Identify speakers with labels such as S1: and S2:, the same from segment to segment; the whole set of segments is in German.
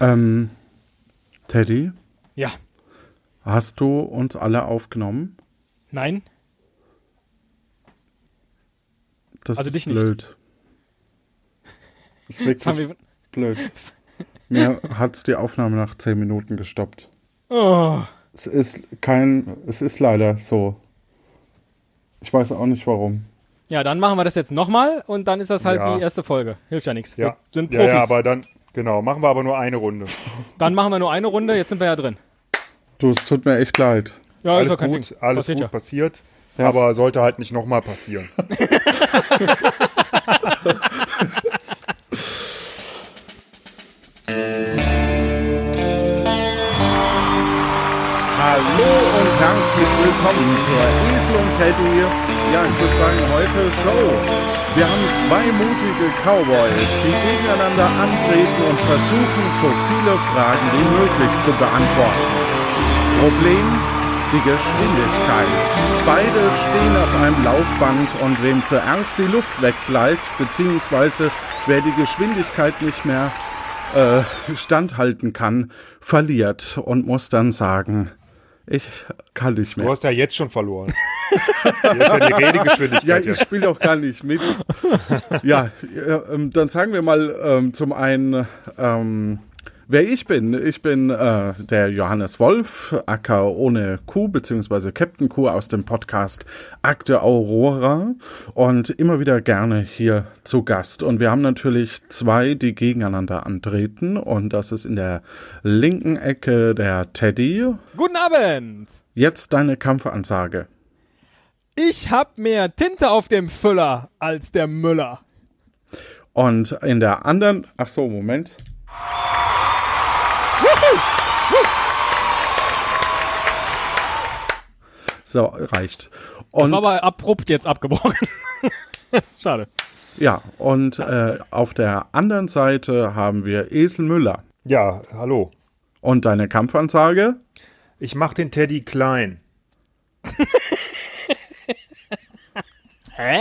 S1: Ähm, Teddy,
S2: Ja.
S1: hast du uns alle aufgenommen?
S2: Nein?
S1: Das
S2: Also
S1: ist
S2: dich nicht.
S1: blöd. Das ist
S2: Das haben
S1: wirklich
S2: wir.
S1: blöd. Mir hat die Aufnahme nach 10 Minuten gestoppt.
S2: Oh,
S1: Es ist kein, es ist leider so. Ich weiß auch nicht warum.
S2: Ja, dann machen wir das jetzt nochmal und dann ist das halt
S3: Ja.
S2: die erste Folge. Hilft ja nichts.
S3: Ja.
S2: Wir sind
S3: ja,
S2: Profis.
S3: ja, aber dann, genau, machen wir aber nur eine Runde.
S2: Dann machen wir nur eine Runde, jetzt sind wir ja drin.
S1: Du, es tut mir echt leid.
S2: Ja,
S3: Alles
S2: doch kein
S3: gut,
S2: Ding.
S3: alles
S2: Passiert
S3: gut passiert, aber sollte halt nicht nochmal passieren.
S1: Hallo und herzlich willkommen zur Esel und Teddy. Ja, ich würde sagen, heute Show. Wir haben zwei mutige Cowboys, die gegeneinander antreten und versuchen, so viele Fragen wie möglich zu beantworten. Problem? Die Geschwindigkeit. Beide stehen auf einem Laufband und wem zuerst die Luft wegbleibt, beziehungsweise wer die Geschwindigkeit nicht mehr äh, standhalten kann, verliert und muss dann sagen, ich kann nicht
S3: Du
S1: mehr.
S3: hast ja jetzt schon verloren. Hier ist ja die
S1: Ja,
S3: Redegeschwindigkeit
S1: ich
S3: jetzt.
S1: spiele doch gar nicht mit. ja, ja, ähm, dann sagen wir mal ähm, zum einen, ähm, wer ich bin. Ich bin äh, der Johannes Wolf, Acker ohne Kuh, beziehungsweise Captain Kuh aus dem Podcast Akte Aurora und immer wieder gerne hier zu Gast. Und wir haben natürlich zwei, die gegeneinander antreten und das ist in der linken Ecke der Teddy.
S2: nichts. Guten Abend!
S1: Jetzt deine Kampfansage.
S2: Ich hab mehr Tinte auf dem Füller als der Müller.
S1: Und in der anderen, ach so, Moment. So, reicht.
S2: Das
S1: Und,
S2: war aber abrupt jetzt abgebrochen. Schade.
S1: ja, und äh, auf der anderen Seite haben wir Esel Müller.
S3: Ja, hallo.
S1: Und deine Kampfansage?
S3: Ich mach den Teddy klein.
S2: Hä?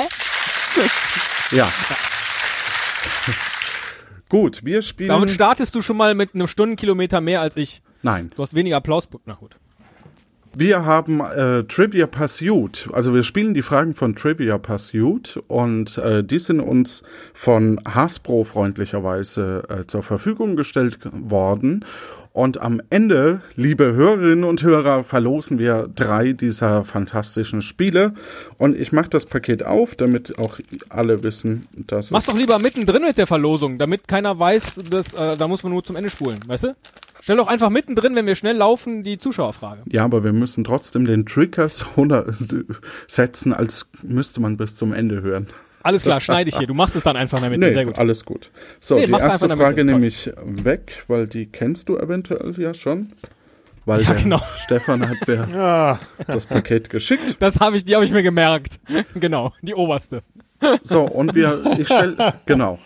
S1: Ja. Gut, wir spielen.
S2: Damit startest du schon mal mit einem Stundenkilometer mehr als ich.
S1: Nein.
S2: Du hast weniger Applaus. Na gut.
S1: Wir haben äh, Trivia Pursuit. Also wir spielen die Fragen von Trivia Pursuit und äh, die sind uns von Hasbro freundlicherweise äh, zur Verfügung gestellt worden. Und am Ende, liebe Hörerinnen und Hörer, verlosen wir drei dieser fantastischen Spiele. Und ich mache das Paket auf, damit auch alle wissen, dass
S2: Mach's
S1: es
S2: doch lieber mittendrin mit der Verlosung, damit keiner weiß, dass, äh, da muss man nur zum Ende spulen, weißt du? Stell doch einfach mittendrin, wenn wir schnell laufen, die Zuschauerfrage.
S1: ja, aber wir müssen trotzdem den Trigger so da- setzen, als müsste man bis zum Ende hören.
S2: Alles klar, schneide ich hier. Du machst es dann einfach in der Mitte.
S1: Nee,
S2: Sehr gut.
S1: alles gut. So,
S2: Nee,
S1: die
S2: mach's
S1: erste
S2: einfach in der
S1: Frage
S2: Mitte.
S1: nehme ich weg, weil die kennst du eventuell ja schon. Weil
S2: Ja,
S1: der
S2: genau.
S1: Stefan hat mir
S3: Ah,
S1: das Paket geschickt.
S2: Das habe ich, die habe ich mir gemerkt. genau, die oberste.
S1: So, und wir, ich stell, genau.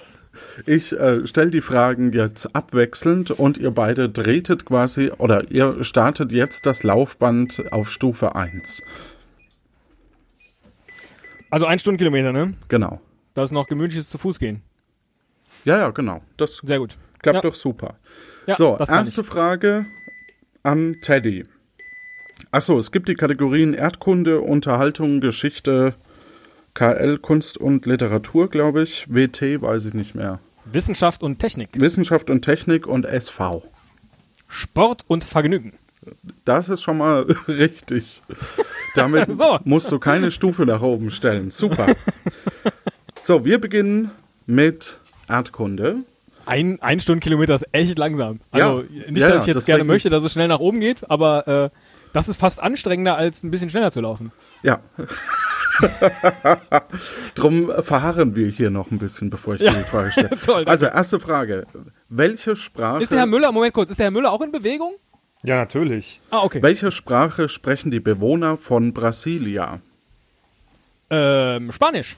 S1: Ich äh, stelle die Fragen jetzt abwechselnd und ihr beide drehtet quasi oder ihr startet jetzt das Laufband auf Stufe 1.
S2: Also ein Stundenkilometer, ne?
S1: Genau.
S2: Da ist noch gemütliches zu Fuß gehen.
S1: Ja, ja, genau. Das
S2: Sehr gut.
S1: klappt
S2: ja,
S1: doch super.
S2: Ja,
S1: so,
S2: das kann
S1: erste Frage an Teddy. Achso, es gibt die Kategorien Erdkunde, Unterhaltung, Geschichte, KL, Kunst und Literatur, glaube ich. WT weiß ich nicht mehr.
S2: ich. Wissenschaft und Technik.
S1: Wissenschaft und Technik und SV.
S2: Sport und Vergnügen.
S1: Das ist schon mal richtig. Damit
S2: So.
S1: musst du keine Stufe nach oben stellen. Super. So, wir beginnen mit Erdkunde.
S2: Ein, ein Stundenkilometer ist echt langsam. Also
S1: Ja,
S2: nicht,
S1: ja,
S2: dass ich jetzt gerne
S1: deswegen-
S2: möchte, dass es schnell nach oben geht, aber äh, das ist fast anstrengender, als ein bisschen schneller zu laufen.
S1: Ja. Drum verharren wir hier noch ein bisschen, bevor ich die Frage stelle.
S2: Toll, danke.
S1: also, erste Frage. Welche Sprache,
S2: Ist der Herr Müller, Moment kurz, ist der Herr Müller auch in Bewegung?
S3: ja, natürlich.
S2: Ah, okay.
S1: welche Sprache sprechen die Bewohner von Brasilia?
S2: Ähm, Spanisch.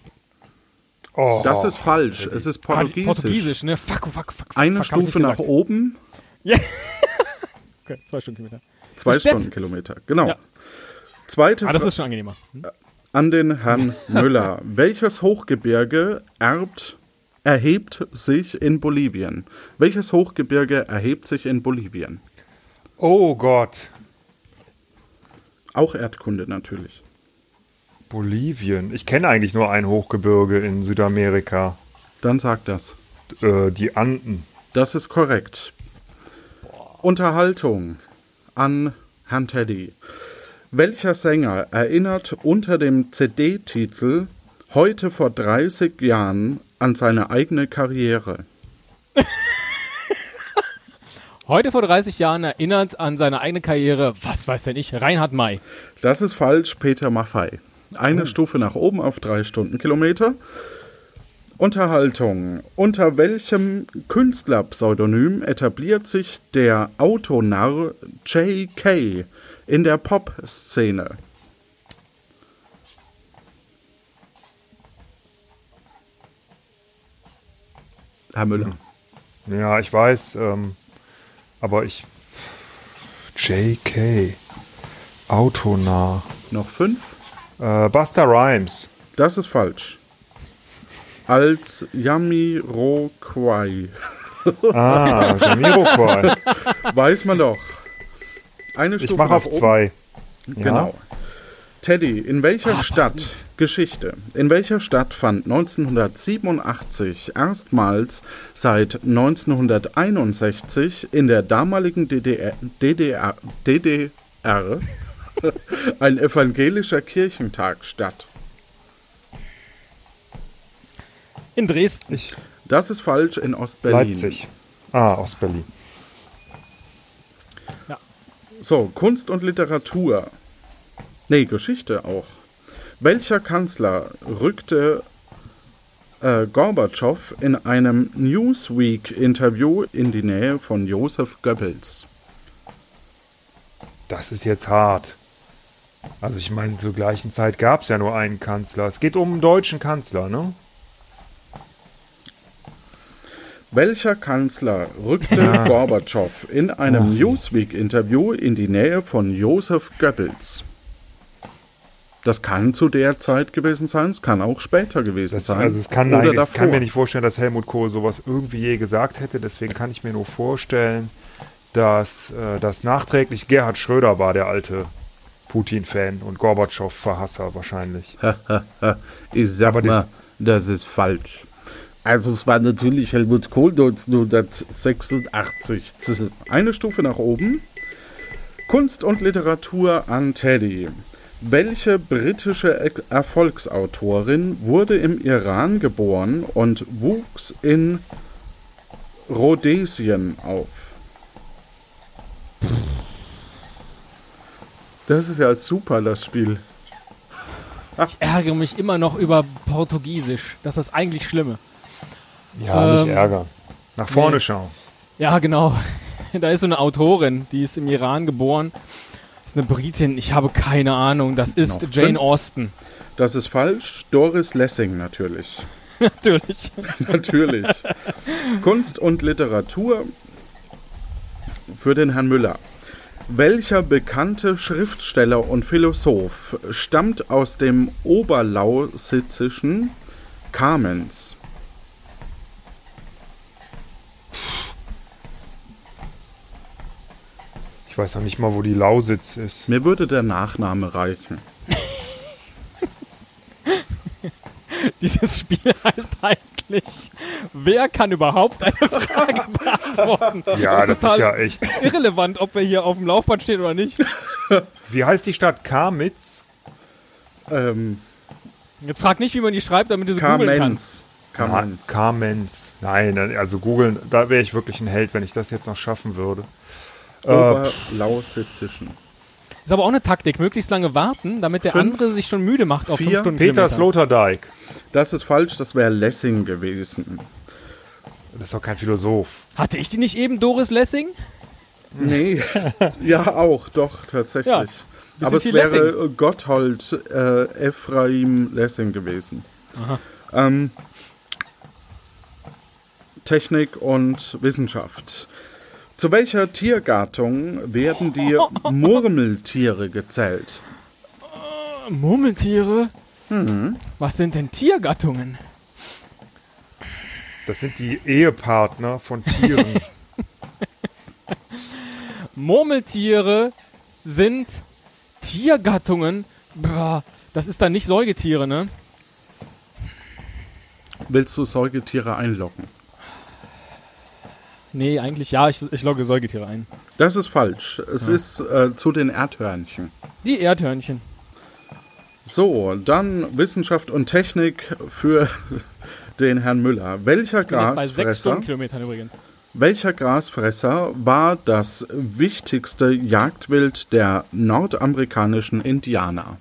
S3: Oh,
S1: Das ist falsch. Es ist
S2: Ah,
S1: Portugiesisch.
S2: Portugiesisch, ne? Fuck, fuck, fuck. fuck
S1: Eine
S2: fuck, hab ich
S1: Stufe
S2: nicht
S1: nach
S2: gesagt.
S1: oben,
S2: Okay, zwei Stundenkilometer.
S1: zwei
S2: Step.
S1: Stundenkilometer. Genau.
S2: Ja.
S1: Zweite
S2: Ah, das
S1: Fra-
S2: ist schon angenehmer.
S1: an den Herrn Müller. Welches Hochgebirge erbt erhebt sich in Bolivien? Welches Hochgebirge erhebt sich in Bolivien?
S3: Oh Gott.
S1: Auch Erdkunde natürlich.
S3: Bolivien. Ich kenne eigentlich nur ein Hochgebirge in Südamerika.
S1: Dann sag das.
S3: Äh, die Anden.
S1: Das ist korrekt. Unterhaltung an Herrn Teddy. Welcher Sänger erinnert unter dem CD-Titel heute vor 30 Jahren an seine eigene Karriere?
S2: Heute vor 30 Jahren erinnert an seine eigene Karriere, was weiß denn ich, Reinhard May.
S1: Das ist falsch, Peter Maffei. Eine Stufe nach oben auf drei Stundenkilometer. Unterhaltung. Unter welchem Künstlerpseudonym etabliert sich der Autonarr J.K. in der Pop-Szene? Herr Müller.
S3: Ja, ich weiß, ähm, aber ich. JK. Autonah.
S1: Noch fünf?
S3: Äh, Buster Rhymes.
S1: Das ist falsch. Als Yamiroquai.
S3: Ah, Jamiroquai.
S1: Weiß man doch. Eine
S3: Ich
S1: Stufe
S3: mache
S1: nach
S3: auf
S1: oben.
S3: zwei. Ja.
S1: Genau. Teddy, in welcher Stadt, Geschichte, in welcher Stadt fand 1987 erstmals seit 1961 in der damaligen DDR, DDR, DDR ein evangelischer Kirchentag statt?
S2: In Dresden.
S3: Ich,
S1: Das ist falsch in Ostberlin.
S3: Leipzig. Ah, aus Berlin.
S1: So, Kunst und Literatur. Nee, Geschichte auch. Welcher Kanzler rückte äh, Gorbatschow in einem Newsweek-Interview in die Nähe von Josef Goebbels?
S3: Das ist jetzt hart. Also ich meine, zur gleichen Zeit gab es ja nur einen Kanzler. Es geht um einen deutschen Kanzler, ne?
S1: Welcher Kanzler rückte Gorbatschow in einem Newsweek-Interview in die Nähe von Josef Goebbels? Das kann zu der Zeit gewesen sein, es kann auch später gewesen
S3: Das,
S1: sein.
S3: also es kann
S1: oder
S3: eigentlich, ich
S1: davor.
S3: kann mir nicht vorstellen, dass Helmut Kohl sowas irgendwie je gesagt hätte. Deswegen kann ich mir nur vorstellen, dass äh, das nachträglich Gerhard Schröder war, der alte Putin-Fan und Gorbatschow-Verhasser wahrscheinlich.
S1: Ich sag
S3: Aber das-
S1: mal, das ist falsch. Also es war natürlich Helmut Kohl 1986. Eine Stufe nach oben. Kunst und Literatur an Teddy. Welche britische E- Erfolgsautorin wurde im Iran geboren und wuchs in Rhodesien auf? Das ist ja super, das Spiel.
S2: Ich ärgere mich immer noch über Portugiesisch. Das ist das eigentlich Schlimme.
S3: Ja,
S2: Ähm,
S3: nicht ärgern. Nach vorne schauen.
S2: Ja, genau. Da ist so eine Autorin, die ist im Iran geboren. Ist eine Britin, ich habe keine Ahnung. Das ist
S1: Noch
S2: Jane
S1: fünf?
S2: Austen.
S1: Das ist falsch. Doris Lessing natürlich.
S2: Natürlich.
S1: Natürlich. Kunst und Literatur für den Herrn Müller. Welcher bekannte Schriftsteller und Philosoph stammt aus dem oberlausitzischen Kamenz?
S3: Ich weiß noch nicht mal, wo die Lausitz ist.
S1: Mir würde der Nachname reichen.
S2: Dieses Spiel heißt eigentlich, wer kann überhaupt eine Frage beantworten?
S3: Ja, das ist
S2: total
S3: ja echt.
S2: Irrelevant, ob wir hier auf dem Laufband stehen oder nicht.
S3: Wie heißt die Stadt? Karmitz?
S1: Ähm,
S2: Jetzt frag nicht, wie man die schreibt, damit du sie googeln kannst.
S1: Kamenz. Kamenz.
S3: Kamenz. Ah, Nein, also googeln, da wäre ich wirklich ein Held, wenn ich das jetzt noch schaffen würde.
S1: Oberlausitzischen.
S2: Ist aber auch eine Taktik, möglichst lange warten, damit der
S1: Fünf,
S2: andere sich schon müde macht auf
S1: vier,
S2: fünf Stunden.
S3: Peter
S2: Kilometern.
S3: Sloterdijk.
S1: Das ist falsch, das wäre Lessing gewesen.
S3: Das ist doch kein Philosoph.
S2: Hatte ich die nicht eben, Doris Lessing?
S1: Nee, ja auch, doch, tatsächlich.
S2: Ja, bisschen
S1: Aber es
S2: viel
S1: wäre äh, Gotthold äh, Ephraim Lessing gewesen. Ähm, Technik und Wissenschaft. Zu welcher Tiergattung werden die Murmeltiere gezählt?
S3: Mhm.
S2: Murmeltiere? Was sind denn Tiergattungen?
S3: Das sind die Ehepartner von Tieren.
S2: Murmeltiere sind Tiergattungen. Boah, das ist dann nicht Säugetiere, ne?
S1: Willst du Säugetiere einloggen?
S2: Nee, eigentlich ja, ich, ich logge Säugetiere ein.
S1: Das ist falsch. Es ist äh, zu den Erdhörnchen.
S2: Die Erdhörnchen.
S1: So, dann Wissenschaft und Technik für den Herrn Müller. Welcher
S2: Ich bin jetzt bei sechs
S1: Grasfresser,
S2: Stundenkilometern übrigens.
S1: welcher Grasfresser war das wichtigste Jagdwild der nordamerikanischen Indianer?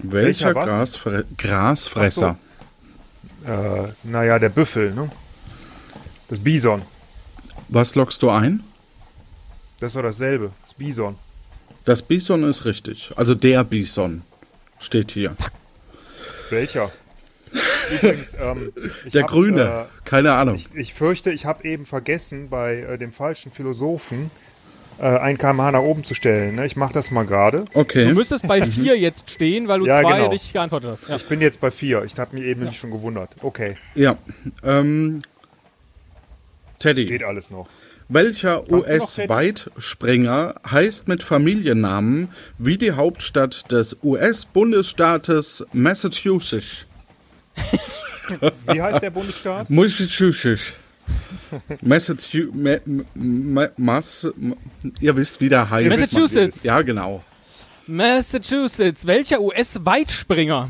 S1: Welcher,
S3: Welcher was?
S1: Grasfre Grasfresser?
S3: äh, naja, der Büffel, ne? Das Bison.
S1: Was lockst du ein?
S3: Das ist doch dasselbe. Das Bison.
S1: Das Bison ist richtig. Also der Bison steht hier.
S3: Welcher? Übrigens, ähm, ich
S1: Der
S3: hab,
S1: Grüne. Keine Ahnung.
S3: Äh, ich fürchte, ich habe eben vergessen, bei äh, dem falschen Philosophen äh, ein KMH nach oben zu stellen. Ne? Ich mache das mal gerade.
S2: Du
S1: Okay.
S2: müsstest bei vier jetzt stehen, weil du
S3: Ja,
S2: zwei
S3: genau.
S2: richtig geantwortet hast. Ja.
S3: Ich bin jetzt bei vier. Ich habe mich eben nämlich schon gewundert. Okay,
S1: Ja. Ähm, Teddy,
S3: geht alles noch.
S1: welcher
S3: noch Teddy?
S1: US-Weitspringer heißt mit Familiennamen wie die Hauptstadt des US-Bundesstaates Massachusetts?
S3: Wie heißt der Bundesstaat?
S1: Massachusetts. Massachusetts. Ma, ma, Mass, ihr wisst, wie der heißt.
S3: wisst,
S2: Massachusetts.
S1: Ja, genau.
S2: Massachusetts. Welcher US-Weitspringer?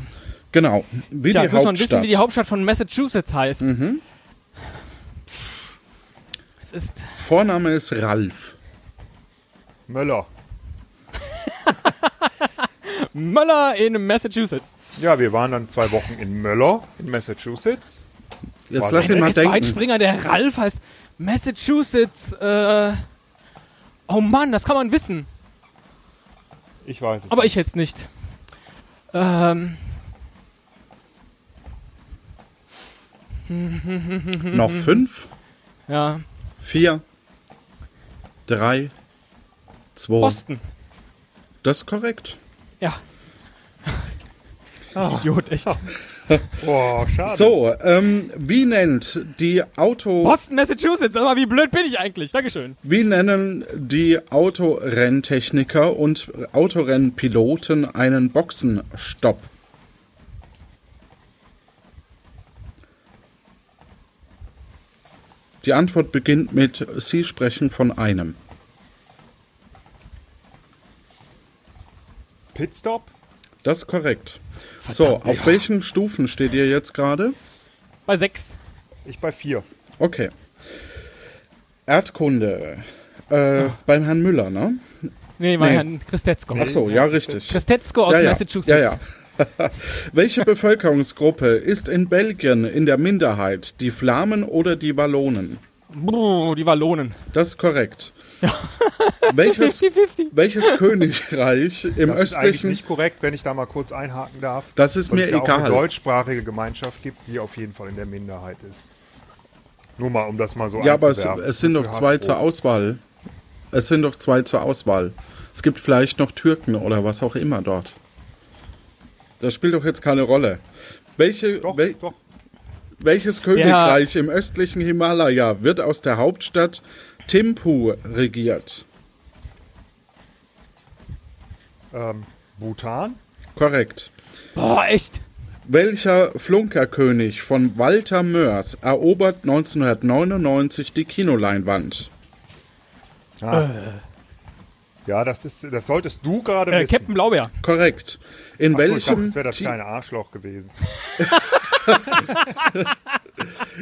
S1: Genau. Wie
S2: Tja,
S1: die
S2: jetzt muss man
S1: Hauptstadt.
S2: wissen, wie die Hauptstadt von Massachusetts heißt. Es ist
S1: Vorname ist Ralf.
S3: Möller.
S2: Möller in Massachusetts.
S3: Ja, wir waren dann zwei Wochen in Möller in Massachusetts.
S1: Jetzt
S3: Warte.
S1: lass ihn mal
S2: Der
S1: denken.
S2: Weitspringer, der Ralf heißt Massachusetts. Äh, oh Mann, das kann man wissen.
S3: Ich weiß es.
S2: Aber
S3: nicht.
S2: ich jetzt nicht. Ähm,
S1: Noch fünf,
S2: ja.
S1: vier, drei, zwei.
S2: Boston.
S1: Das ist korrekt.
S2: Ja. Ich Idiot, echt.
S3: Boah, schade.
S1: So, ähm, wie nennt die Auto.
S2: Boston, Massachusetts. Aber wie blöd bin ich eigentlich? Dankeschön.
S1: Wie nennen die Autorrenntechniker und Autorennpiloten einen Boxenstopp? Die Antwort beginnt mit Sie sprechen von einem.
S3: Pitstop?
S1: Das ist korrekt. so, auf welchen Stufen steht ihr jetzt gerade?
S2: Bei sechs.
S3: Ich bei vier.
S1: Okay. Erdkunde. Äh, beim Herrn Müller, ne?
S2: Nee, war
S1: Nee.
S2: ja ein Christetzko.
S1: Ach so, ja, richtig.
S2: Christetzko aus
S1: ja, ja.
S2: Massachusetts.
S1: Ja, ja. Welche Bevölkerungsgruppe ist in Belgien in der Minderheit? Die Flamen oder die Wallonen?
S2: Brr, die Wallonen.
S1: Das ist korrekt. welches,
S2: 50-50.
S1: welches Königreich im
S3: Das ist eigentlich
S1: östlichen.
S3: nicht korrekt, wenn ich da mal kurz einhaken darf.
S1: Das ist
S3: weil
S1: mir
S3: es ja Auch
S1: egal.
S3: eine deutschsprachige Gemeinschaft gibt, die auf jeden Fall in der Minderheit ist. Nur mal, um das mal so
S1: Ja, aber es,
S3: einzuwerfen.
S1: es sind
S3: Für
S1: doch zwei
S3: Hasbro.
S1: zur Auswahl. Es sind doch zwei zur Auswahl. Es gibt vielleicht noch Türken oder was auch immer dort. Das spielt doch jetzt keine Rolle. Welche,
S3: Doch,
S1: wel,
S3: doch.
S1: Welches Königreich im östlichen Himalaya wird aus der Hauptstadt Thimphu regiert?
S3: Ähm, Bhutan?
S1: Korrekt.
S2: Boah, echt. Äh,
S1: Welcher Flunkerkönig von Walter Mörs erobert 1999 die Kinoleinwand?
S3: Ja, das ist, das solltest du gerade
S2: Äh,
S3: wissen.
S2: Captain Blaubeer.
S1: Korrekt. In
S3: Achso, ich dachte,
S1: welchem
S3: das wäre das
S1: Ti-
S3: kleine Arschloch gewesen.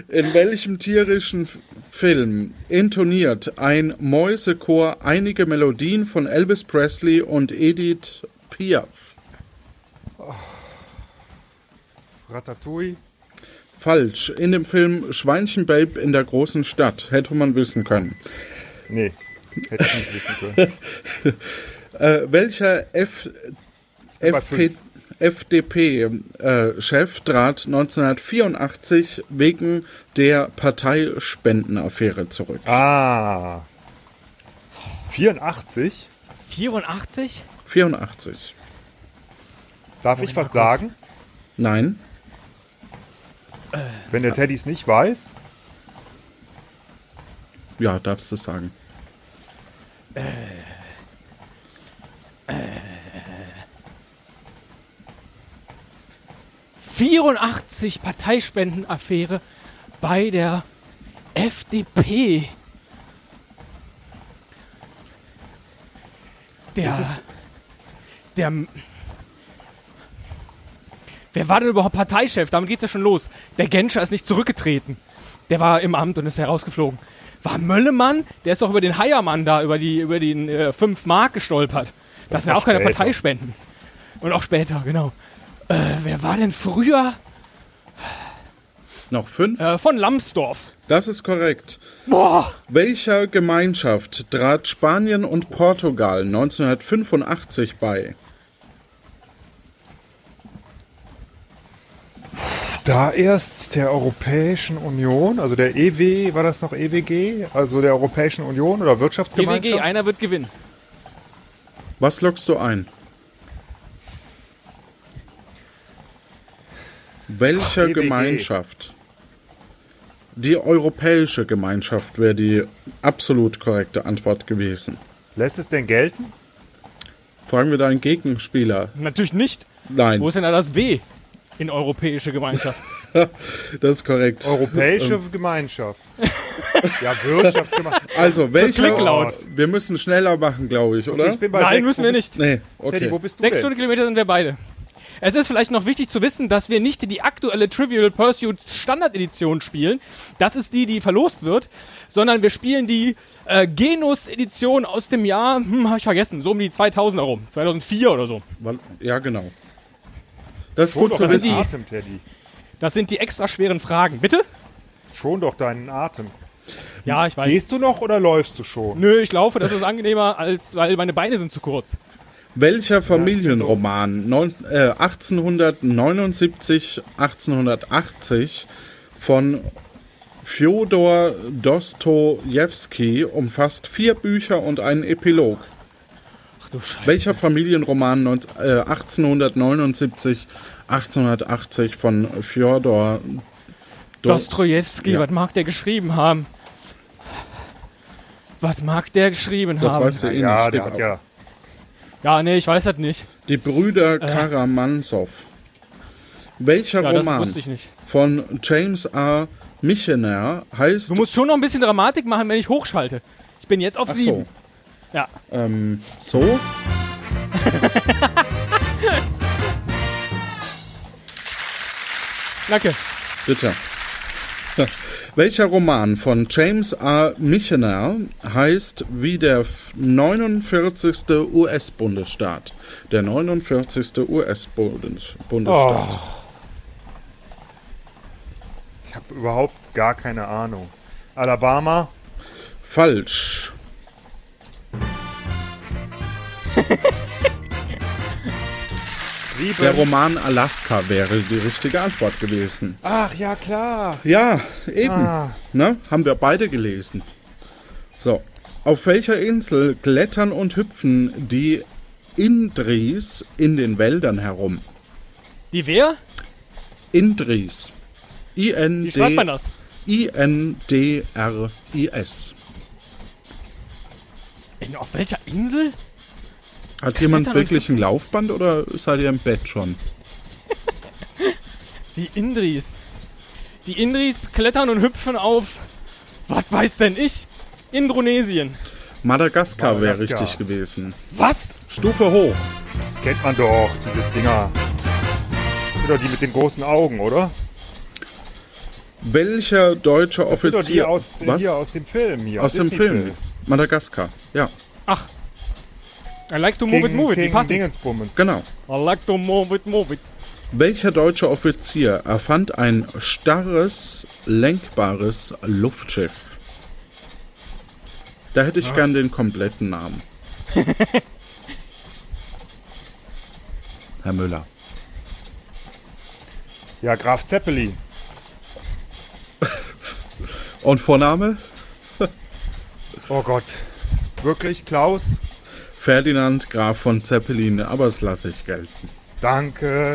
S1: In welchem tierischen F- Film intoniert ein Mäusechor einige Melodien von Elvis Presley und Edith Piaf?
S3: Ratatouille?
S1: Falsch. In dem Film Schweinchenbabe in der großen Stadt. Hätte man wissen können.
S3: Nee, hätte ich nicht wissen
S1: Äh,
S3: können.
S1: welcher F FP
S3: fünf.
S1: FDP-Chef äh, trat 1984 wegen der Parteispendenaffäre zurück?
S3: Ah. 84?
S2: 84?
S1: 84.
S3: Darf ich was sagen?
S1: Nein.
S3: Wenn der Teddy es nicht weiß,
S1: Ja, darfst du sagen.
S2: Äh, 84 Parteispendenaffäre bei der FDP. Der, der, wer war denn überhaupt Parteichef? Damit geht's ja schon los. Der Genscher ist nicht zurückgetreten. Der war im Amt und ist herausgeflogen. War Möllemann? Der ist doch über den Heiermann da, über die, über den äh, 5 Mark gestolpert. Das,
S3: Das
S2: sind ja
S3: war
S2: auch keine
S3: später.
S2: Parteispenden. Und auch später, genau. Äh, wer war denn früher?
S1: Noch fünf?
S2: Äh, von Lambsdorff.
S1: Das ist korrekt.
S2: Boah!
S1: Welcher Gemeinschaft trat Spanien und Portugal 1985 bei?
S3: da erst der Europäischen Union, also der EW, war das noch EWG, also der Europäischen Union oder Wirtschaftsgemeinschaft?
S2: EWG, einer wird gewinnen.
S1: Was lockst du ein? Welche
S3: EWG.
S1: Gemeinschaft? Die Europäische Gemeinschaft wäre die absolut korrekte Antwort gewesen.
S3: Lässt es denn gelten?
S1: Fragen wir deinen Gegenspieler.
S2: Natürlich nicht.
S1: Nein,
S2: Wo ist denn da das W in europäische Gemeinschaft?
S1: das ist korrekt.
S3: Europäische
S1: Ähm.
S3: Gemeinschaft. ja, Wirtschaftsgemeinschaft.
S1: Also, welcher?
S2: Klicklaut.
S1: Wir müssen schneller machen, glaube ich, oder?
S3: Ich bin bei
S2: Nein,
S3: sechs.
S2: müssen
S3: Wo
S2: wir
S3: bist-
S1: nee,
S2: nicht.
S3: Teddy, wo
S1: okay.
S3: bist du denn?
S2: 600 Kilometer sind wir beide. Es ist vielleicht noch wichtig zu wissen, dass wir nicht die aktuelle Trivial Pursuit Standard-Edition spielen. Das ist die, die verlost wird. Sondern wir spielen die äh, Genus-Edition aus dem Jahr, hm, habe ich vergessen, so um die 2000er rum. 2004 oder so.
S1: Wann- Ja, genau. Das ist
S3: Schon
S1: gut
S3: doch
S1: zu
S3: deinen
S1: wissen.
S3: Atem, Teddy.
S2: Das sind die extra schweren Fragen. Bitte?
S3: Schon doch deinen Atem.
S1: Also
S2: Ja, ich weiß.
S3: Gehst du noch oder läufst du schon?
S2: Nö, ich laufe, das ist angenehmer, als weil meine Beine sind zu kurz.
S1: Welcher Familienroman neun- äh, 1879, 1880 von Fjodor Dostojewski umfasst vier Bücher und einen Epilog?
S2: Ach du Scheiße.
S1: Welcher Familienroman neun- äh, 1879, 1880 von Fjodor Dost-
S2: Dostrojewski,
S1: Ja.
S2: was mag der geschrieben haben? Was mag der geschrieben
S1: Das
S2: haben?
S1: weißt du eh
S3: Ja,
S1: nicht.
S3: der hat ja.
S2: Ja, nee, ich weiß das nicht.
S1: Die Brüder Karamansow. Welcher
S2: Äh. Ja, das
S1: Roman
S2: wusste ich nicht.
S1: von James R. Michener heißt
S2: Du musst schon noch ein bisschen Dramatik machen, wenn ich hochschalte. Ich bin jetzt auf
S1: Ach
S2: sieben.
S1: so,
S2: Ja.
S1: ähm, so?
S2: Danke.
S1: Bitte. Welcher Roman von James R. Michener heißt wie der f- 49. US-Bundesstaat? Der 49. US-Bundesstaat.
S3: Oh. Ich habe überhaupt gar keine Ahnung. Alabama,
S2: Oh.
S1: Falsch.
S3: Liebe.
S1: Der Roman Alaska wäre die richtige Antwort gewesen.
S3: Ach ja, klar.
S1: Ja, eben.
S3: Ah.
S1: Ne? Haben wir beide gelesen. So. Auf welcher Insel klettern und hüpfen die Indris in den Wäldern herum?
S2: Die wer?
S1: Indris.
S2: Wie schreibt man das?
S1: I-N-D-R-I-S.
S2: In, auf welcher Insel?
S1: Hat jemand
S2: Klettern und
S1: wirklich ein Laufband oder seid ihr im Bett schon?
S2: Die Indris. Die Indris klettern und hüpfen auf. Was weiß denn ich? Indonesien.
S1: Madagaskar wäre
S3: Madagaskar.
S1: richtig gewesen.
S2: Was?
S1: Stufe hoch.
S3: Kennt man doch, diese Dinger. Das sind doch die mit den großen Augen, oder?
S1: Welcher deutsche
S3: Das sind doch die
S1: Offizier.
S3: aus,
S1: Was?
S3: hier aus dem Film. Hier,
S1: Aus dem
S3: Disney-Film.
S1: Film. Madagaskar. Ja,
S2: Ach. I like to move it,
S3: King,
S2: move it. Die
S3: King
S2: passen.
S3: Dingensbummens.
S1: genau.
S2: I like to move it, move it.
S1: Welcher deutsche Offizier erfand ein starres, lenkbares Luftschiff? Da hätte
S3: Ah.
S1: ich gern den kompletten Namen. Herr Müller.
S3: Ja, Graf Zeppelin.
S1: Und Vorname?
S3: Oh Gott. Wirklich, Klaus?
S1: Ferdinand Graf von Zeppelin, aber das lasse ich gelten.
S3: Danke.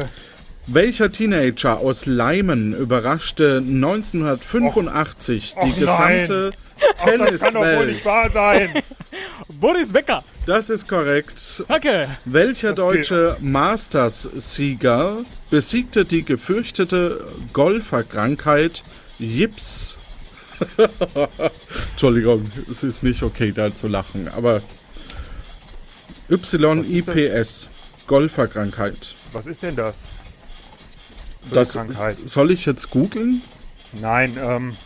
S1: Welcher Teenager aus Leimen überraschte 1985 die
S3: Och nein.
S1: gesamte
S3: Ach, das kann doch wohl nicht
S1: Tenniswelt?
S3: wahr sein.
S2: Boris Becker.
S1: Das ist korrekt.
S2: Danke.
S1: Welcher
S3: Das geht.
S1: deutsche Masters-Sieger besiegte die gefürchtete Golferkrankheit Jips? Entschuldigung, es ist nicht okay, da zu lachen, aber YIPS, Golferkrankheit.
S3: Was ist denn das? Für
S1: Das
S3: eine Krankheit.
S1: soll ich jetzt googeln?
S3: Nein, ähm,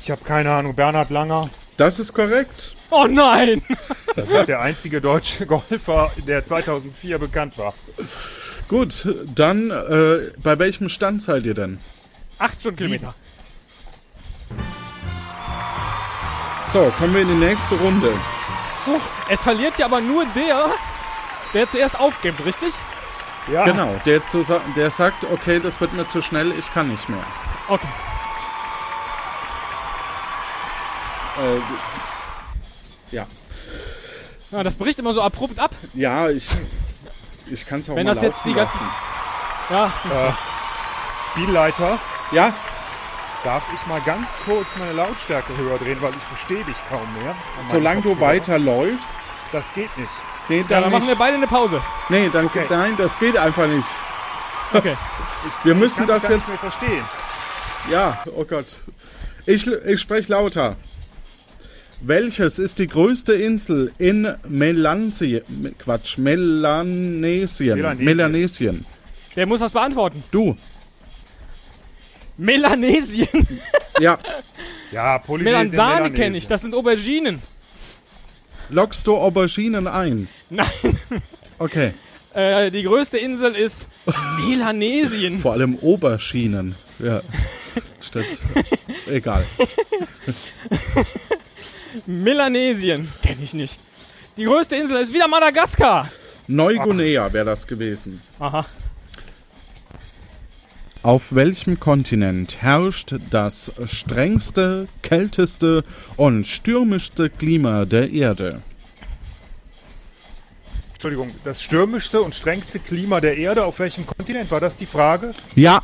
S3: ich habe keine Ahnung. Bernhard Langer,
S1: Das ist korrekt.
S2: Oh nein.
S3: das ist der einzige deutsche Golfer, der 2004 bekannt war.
S1: Gut, dann äh, bei welchem Stand seid ihr denn?
S2: Acht Stundenkilometer.
S1: So, kommen wir in die nächste Runde.
S2: Puh, Es verliert ja aber nur der, der zuerst aufgibt, richtig?
S3: Ja,
S1: Genau, der, zu, sa- der sagt, okay, das wird mir zu schnell, ich kann nicht mehr.
S2: Okay.
S1: Äh, ja.
S2: Ja, das bricht immer so abrupt ab.
S1: ja, ich, ich kann es auch
S2: Wenn
S1: mal
S2: das jetzt
S1: laufen
S2: die ganzen-
S1: lassen.
S2: Ja,
S3: Spielleiter,
S1: Ja,
S3: darf ich mal ganz kurz meine Lautstärke höher drehen, weil ich verstehe dich kaum mehr. an meinem
S1: solange du
S3: Kopfhörer.
S1: weiterläufst.
S3: Das geht nicht.
S1: Nee,
S2: ja
S1: dann,
S2: dann machen wir
S1: nicht.
S2: beide eine Pause.
S1: nee, dann
S3: Okay.
S1: nein, das geht einfach nicht.
S2: Okay.
S1: Wir
S3: Ich
S1: müssen
S3: kann
S1: das
S3: gar nicht
S1: jetzt.
S3: mehr verstehen.
S1: Ja, oh Gott. Ich, ich spreche lauter. Welches ist die größte Insel in Melanzi, Quatsch, Melanesien?
S3: Melanesien.
S1: Melanesien.
S2: Der muss was beantworten.
S1: Du.
S2: Melanesien.
S1: Ja.
S3: Ja, Polynesien,
S2: Melansane
S3: Melanesien.
S2: kenne ich. Das sind Auberginen.
S1: Lockst du Auberginen ein?
S2: Nein.
S1: Okay.
S2: Äh, die größte Insel ist Melanesien.
S1: Vor allem Oberschienen. Ja. Statt. Egal.
S2: Melanesien. Kenne ich nicht. Die größte Insel ist wieder Madagaskar.
S1: Neuguinea wäre das gewesen.
S2: Aha.
S1: Auf welchem Kontinent herrscht das strengste, kälteste und stürmischste Klima der Erde?
S3: Entschuldigung, das stürmischste und strengste Klima der Erde, auf welchem Kontinent war das die Frage?
S1: Ja.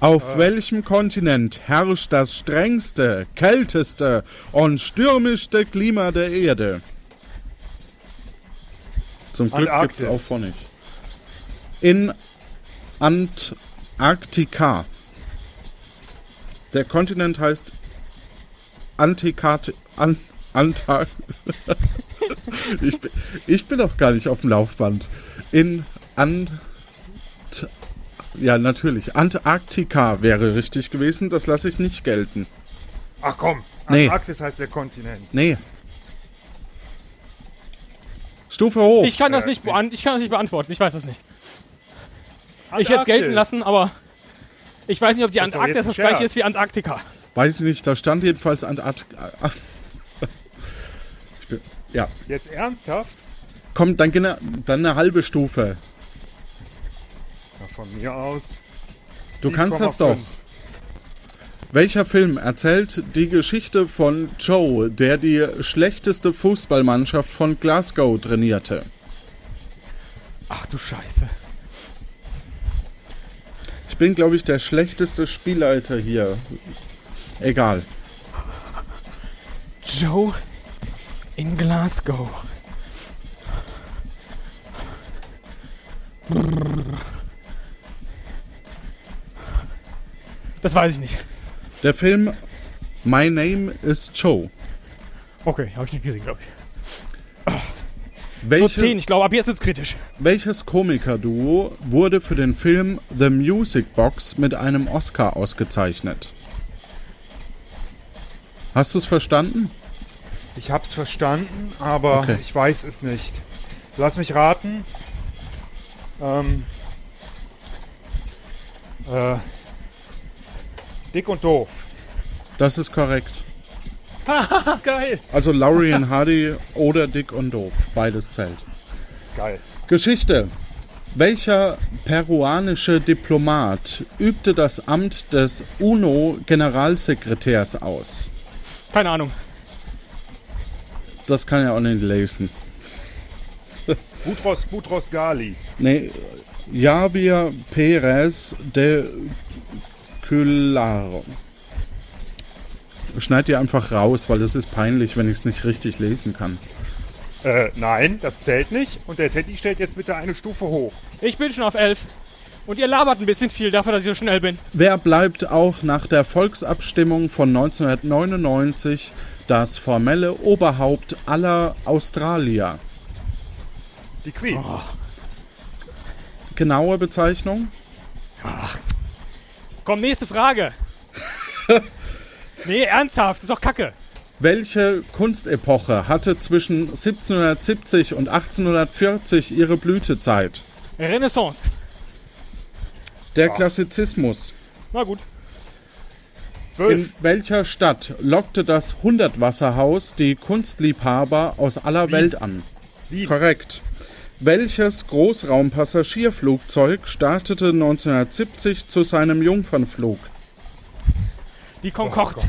S1: Auf welchem Kontinent herrscht das strengste, kälteste und stürmischste Klima der Erde? Zum Glück gibt
S3: Antarktis.
S1: es auch von nicht. In Antarktika. Der Kontinent heißt Antikat. An, Antar ich, bin- ich bin doch gar nicht auf dem Laufband. In Ant. Ja, natürlich. Antarktika wäre richtig gewesen. Das lasse ich nicht gelten.
S3: Ach komm,
S1: Nee.
S3: Antarktis heißt der Kontinent.
S1: Nee. Stufe hoch.
S2: Ich kann das
S3: Äh,
S2: nicht, beant ich kann das nicht beantworten. Ich weiß das nicht. Ich hätte es gelten
S3: Antarktis.
S2: lassen, aber ich weiß nicht, ob die
S3: Das ist doch
S2: Antarktis
S3: jetzt ein
S2: das gleiche
S3: Scherz.
S2: ist wie Antarktika.
S1: Weiß ich nicht. Da stand jedenfalls Antarktika. Ich bin- Ja.
S3: Jetzt ernsthaft?
S1: Komm, dann, gena- dann eine halbe Stufe.
S3: Na, von mir aus.
S1: Du kannst das
S3: 7,5.
S1: doch. Welcher Film erzählt die Geschichte von Joe, der die schlechteste Fußballmannschaft von Glasgow trainierte?
S2: Ach du Scheiße.
S1: Ich bin, glaube ich, der schlechteste Spielleiter hier. Egal.
S2: Joe in Glasgow. Das weiß ich nicht.
S1: Der Film My Name is Joe.
S2: Okay, habe ich nicht gesehen, glaube ich. So
S1: Welche,
S2: 10, ich glaube, ab jetzt wird's kritisch.
S1: welches Komikerduo wurde für den Film The Music Box mit einem Oscar ausgezeichnet? Hast du es verstanden?
S3: Ich hab's verstanden, aber
S1: Okay.
S3: ich weiß es nicht. Lass mich raten. Ähm, äh, dick und doof.
S1: Das ist korrekt.
S2: Ach, geil.
S1: Also Laurie und Hardy oder Dick und Doof. Beides zählt.
S3: Geil.
S1: Geschichte. Welcher peruanische Diplomat übte das Amt des UNO-Generalsekretärs aus?
S2: Keine Ahnung.
S1: Das kann er auch nicht lesen.
S3: Boutros, Boutros Ghali.
S1: Nee, Javier Perez de Cularo. Schneid dir einfach raus, weil es ist peinlich, wenn ich es nicht richtig lesen kann.
S3: Äh, nein, das zählt nicht. Und der Teddy stellt jetzt bitte eine Stufe hoch.
S2: Ich bin schon auf 11. Und ihr labert ein bisschen viel dafür, dass ich so schnell bin.
S1: Wer bleibt auch nach der Volksabstimmung von 1999 das formelle Oberhaupt aller Australier?
S3: Die Queen.
S1: Oh, Genaue Bezeichnung?
S2: Komm, nächste Frage. nee, ernsthaft, ist doch kacke.
S1: Welche Kunstepoche hatte zwischen 1770 und 1840 ihre Blütezeit?
S2: Renaissance.
S1: Der Klassizismus.
S2: Na gut.
S1: In
S3: Zwölf.
S1: welcher Stadt lockte das Hundertwasserhaus die Kunstliebhaber aus aller Welt an?
S3: Wien.
S1: Korrekt. Welches Großraumpassagierflugzeug startete 1970 zu seinem Jungfernflug?
S2: Die
S3: Oh
S2: Concorde.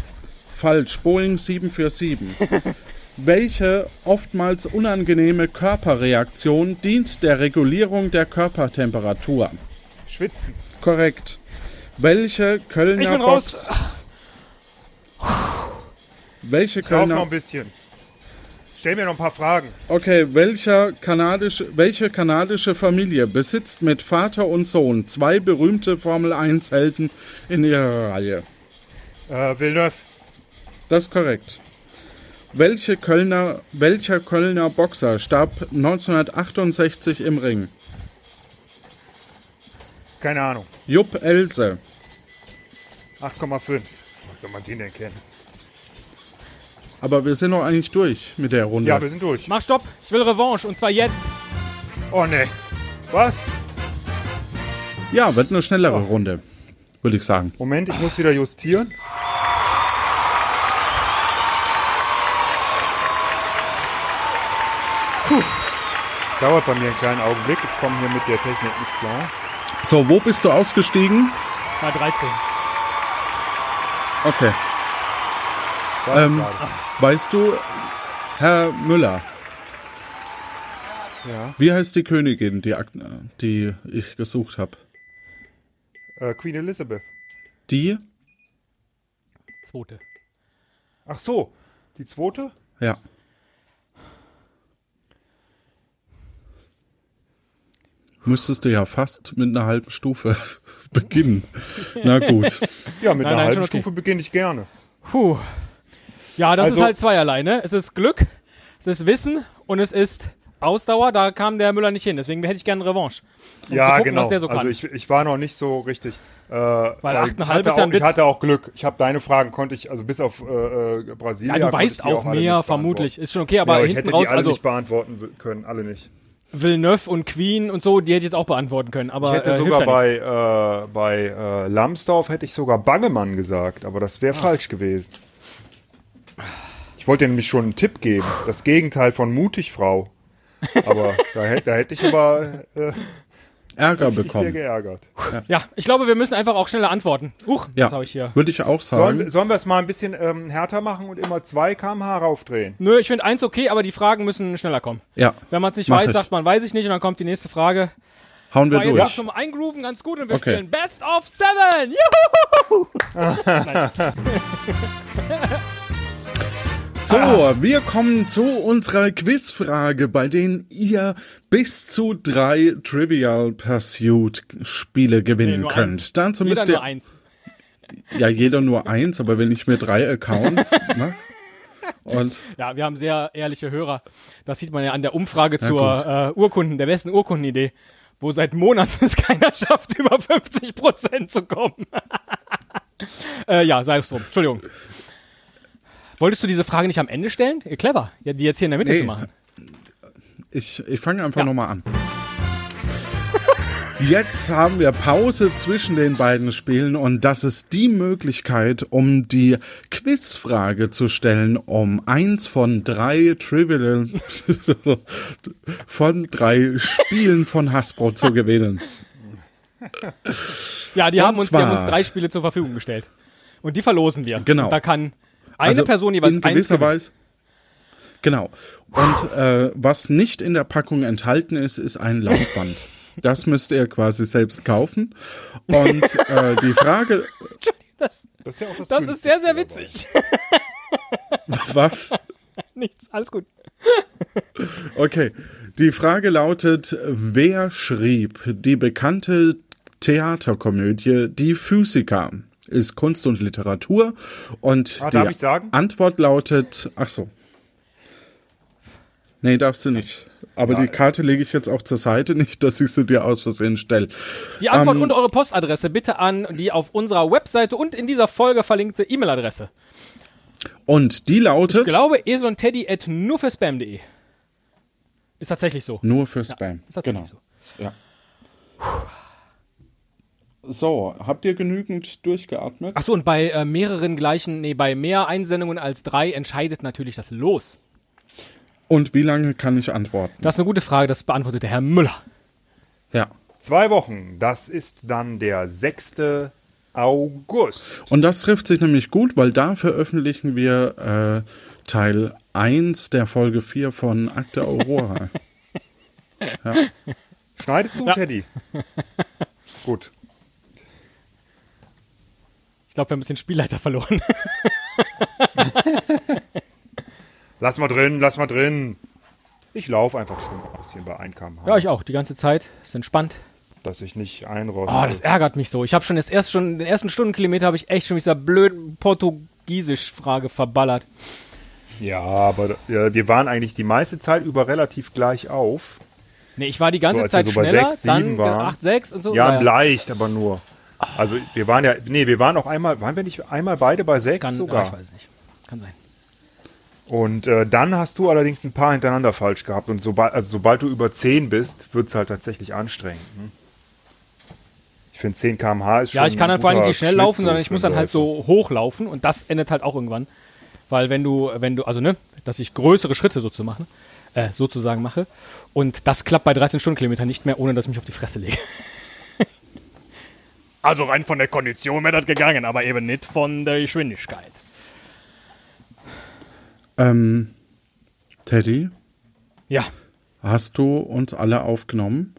S1: Falsch, Boeing 747. Welche oftmals unangenehme Körperreaktion dient der Regulierung der Körpertemperatur?
S3: Schwitzen.
S1: Korrekt. Welche Kölner
S2: ich bin
S1: Box?
S2: raus.
S1: Welche
S3: Lauf noch
S1: Kölner
S3: ein bisschen. Stell mir noch ein paar Fragen.
S1: Okay, welcher kanadische, welche kanadische Familie besitzt mit Vater und Sohn zwei berühmte Formel-1-Helden in ihrer Reihe?
S3: Äh, Villeneuve.
S1: Das ist korrekt. Welche Kölner, welcher Kölner Boxer starb 1968 im Ring?
S3: Keine Ahnung.
S1: Jupp Else.
S3: 8,5. Was soll man den denn kennen?
S1: Aber wir sind doch eigentlich durch mit der Runde.
S3: Ja, wir sind durch.
S2: Mach Stopp. Ich will Revanche. Und zwar jetzt.
S3: Oh ne. Was?
S1: ja wird eine schnellere Runde, würde ich sagen.
S3: Moment, ich muss wieder justieren. Puh. Dauert bei mir einen kleinen Augenblick. Ich komme hier mit der Technik nicht klar.
S1: So, wo bist du ausgestiegen?
S2: Mal 13.
S1: Okay.
S3: Warte
S1: Ähm.
S3: gerade.
S1: Weißt du, Herr Müller,
S3: Ja.
S1: wie heißt die Königin, die, Ak- äh, die ich gesucht habe?
S3: Äh, Queen Elizabeth.
S1: Die?
S2: Zweite.
S3: Ach so. Die zweite?
S1: Ja. Müsstest du ja fast mit einer halben Stufe beginnen. Na gut.
S3: Ja, mit
S2: Nein,
S3: einer
S2: nein,
S3: halben
S2: schon okay. Um
S3: Stufe beginne ich gerne.
S2: Puh. Ja, das ist
S3: Also-
S2: halt zweierlei, ne? Es ist Glück, es ist Wissen und es ist Ausdauer. Da kam der Müller nicht hin. Deswegen hätte ich gerne Revanche. Um zu
S3: ja,
S2: gucken,
S3: genau.
S2: was der so kann.
S3: Also ich, ich war noch nicht so richtig. Äh, weil
S2: acht und
S3: ich
S2: halb
S3: hatte
S2: ist ja
S3: auch,
S2: ein
S3: Ich
S2: Witz.
S3: hatte auch Glück. Ich habe deine Fragen konnte ich, also bis auf äh, äh, Brasilien.
S2: ja, du
S3: konnte ich
S2: weißt
S3: die
S2: auch
S3: alle
S2: mehr,
S3: nicht
S2: vermutlich.
S3: beantworten.
S2: Ist schon okay,
S3: Ja,
S2: aber
S3: aber ich
S2: hinten
S3: hätte
S2: raus,
S3: die alle
S2: also
S3: nicht beantworten w- können, alle nicht.
S2: Villeneuve und Queen und so, die hätte ich jetzt auch beantworten können. Aber
S3: Ich hätte
S2: äh, hilft
S3: sogar
S2: ja
S3: bei,
S2: nichts.
S3: äh, bei äh, Lambsdorff hätte ich sogar Bangemann gesagt, aber das
S2: Ah.
S3: wäre falsch gewesen. Ich wollte dir nämlich schon einen Tipp geben. Das Gegenteil von mutig, Frau. Aber da, hätte- da hätte ich aber äh,
S1: Ärger
S3: dich sehr
S1: bekommen.
S3: geärgert.
S2: Ja, ich glaube, wir müssen einfach auch schneller antworten. Huch,
S1: Ja,
S2: das habe ich hier.
S1: würde ich auch sagen.
S3: Sollen, sollen wir es mal ein bisschen ähm, härter machen und immer 2 kmh raufdrehen?
S2: Nö, ich finde eins okay, aber die Fragen müssen schneller kommen.
S1: ja,
S2: Wenn man es nicht
S1: Mach
S2: weiß,
S1: ich.
S2: sagt man, weiß ich nicht, und dann kommt die nächste Frage.
S1: hauen wir
S2: War jetzt auch
S1: durch.
S2: schon mal eingrooven, ganz gut, und wir
S1: Okay.
S2: spielen Best of Seven. Juhu!
S1: So,
S2: Ah.
S1: wir kommen zu unserer Quizfrage, bei denen ihr bis zu drei Trivial Pursuit Spiele gewinnen
S2: nur
S1: könnt.
S2: eins.
S1: Dazu
S2: Jeder
S1: müsst
S2: nur
S1: ihr
S2: eins.
S1: ja jeder nur eins, aber wenn ich mir drei Accounts ne? und
S2: Ja, wir haben sehr ehrliche Hörer. Das sieht man ja an der Umfrage zur äh, Urkunden, der besten Urkundenidee, wo seit Monaten es keiner schafft, über 50 Prozent zu kommen. äh, ja, sei es drum. Entschuldigung. Wolltest du diese Frage nicht am Ende stellen? Äh, Clever, ja, die jetzt hier in der Mitte
S1: Nee.
S2: zu machen.
S1: Ich, ich fange einfach
S2: Ja.
S1: nochmal an. Jetzt haben wir Pause zwischen den beiden Spielen und das ist die Möglichkeit, um die Quizfrage zu stellen, um eins von drei Trivial von drei Spielen von Hasbro zu gewinnen.
S2: Ja, die haben, uns, die
S1: zwar-
S2: haben uns drei Spiele zur Verfügung gestellt. Und die verlosen wir.
S1: Genau.
S2: Und da kann eine Person jeweils
S1: Also in
S2: eins
S1: gewisser
S2: gewinnen.
S1: Weise. Genau. Und äh, was nicht in der Packung enthalten ist, ist ein Laufband. Das müsst ihr quasi selbst kaufen. Und äh, die Frage,
S2: Das,
S3: Das ist ja auch das,
S2: das ist sehr, sehr
S3: Günstigste
S2: witzig.
S1: was?
S2: Nichts, alles gut.
S1: Okay. Die Frage lautet, wer schrieb die bekannte Theaterkomödie Die Physiker? Ist Kunst und Literatur. Und
S3: Ah,
S1: die
S3: darf ich sagen?
S1: Antwort lautet, ach so. Nee, darfst du nicht. Aber die Karte lege ich jetzt auch zur Seite, nicht, dass ich sie dir aus Versehen stelle.
S2: Die Antwort und eure Postadresse bitte an die auf unserer Webseite und in dieser Folge verlinkte E-Mail-Adresse.
S1: Und die lautet
S2: Ich glaube, esel und teddy at nur für spam.de. Ist tatsächlich so.
S1: nur für Spam.
S2: Ist tatsächlich
S1: genau.
S2: so.
S1: Ja. So, habt ihr genügend durchgeatmet?
S2: Achso, und bei äh, mehreren gleichen, nee, bei mehr Einsendungen als drei entscheidet natürlich das Los.
S1: Und wie lange kann ich antworten?
S2: Das ist eine gute Frage, das beantwortet der Herr Müller.
S1: Ja.
S3: Zwei Wochen, das ist dann der 6. August.
S1: Und das trifft sich nämlich gut, weil da veröffentlichen wir äh, Teil 1 der Folge 4 von Akte Aurora.
S3: Schneidest du, Teddy? Gut.
S2: Ich glaube, wir haben ein bisschen Spielleiter verloren.
S3: Lass mal drin, lass mal drin. Ich laufe einfach schon ein bisschen bei Einkam,
S2: ja, ich auch, die ganze Zeit. Ist entspannt.
S3: dass ich nicht einroste.
S2: Oh, das ärgert mich so. Ich habe schon jetzt erst schon den ersten Stundenkilometer habe ich echt schon mit dieser blöden Portugiesisch-Frage verballert.
S3: ja, aber äh, wir waren eigentlich die meiste Zeit über relativ gleich auf.
S2: Nee, ich war die ganze
S3: So, als wir
S2: Also Zeit
S3: so bei
S2: schneller,
S3: sechs,
S2: dann
S3: sieben waren.
S2: 8, 6 und so. Ah,
S3: Ja,
S2: Naja.
S3: leicht, aber nur. Also wir waren ja, nee, wir waren auch einmal, waren wir nicht einmal beide bei sechs
S2: kann, sogar. Ich
S3: sogar?
S2: weiß es nicht. Kann sein.
S3: Und äh, dann hast du allerdings ein paar hintereinander falsch gehabt. Und sobald, also sobald du über 10 bist, wird es halt tatsächlich anstrengend. Ne? Ich finde 10 km/h ist schon.
S2: Ja, ich kann
S3: ein
S2: dann vor allem
S3: guter
S2: nicht schnell
S3: Schnitt
S2: laufen,
S3: so
S2: sondern ich
S3: für
S2: muss dann
S3: einen
S2: halt
S3: Läufer.
S2: so hochlaufen und das endet halt auch irgendwann. Weil wenn du, wenn du, also ne, dass ich größere Schritte so zu machen, äh, sozusagen mache. Und das klappt bei 13 Stundenkilometern nicht mehr, ohne dass ich mich auf die Fresse lege. also rein von der Kondition wäre das gegangen, aber eben nicht von der Geschwindigkeit.
S1: ähm, Teddy,
S2: Ja.
S1: hast du uns alle aufgenommen?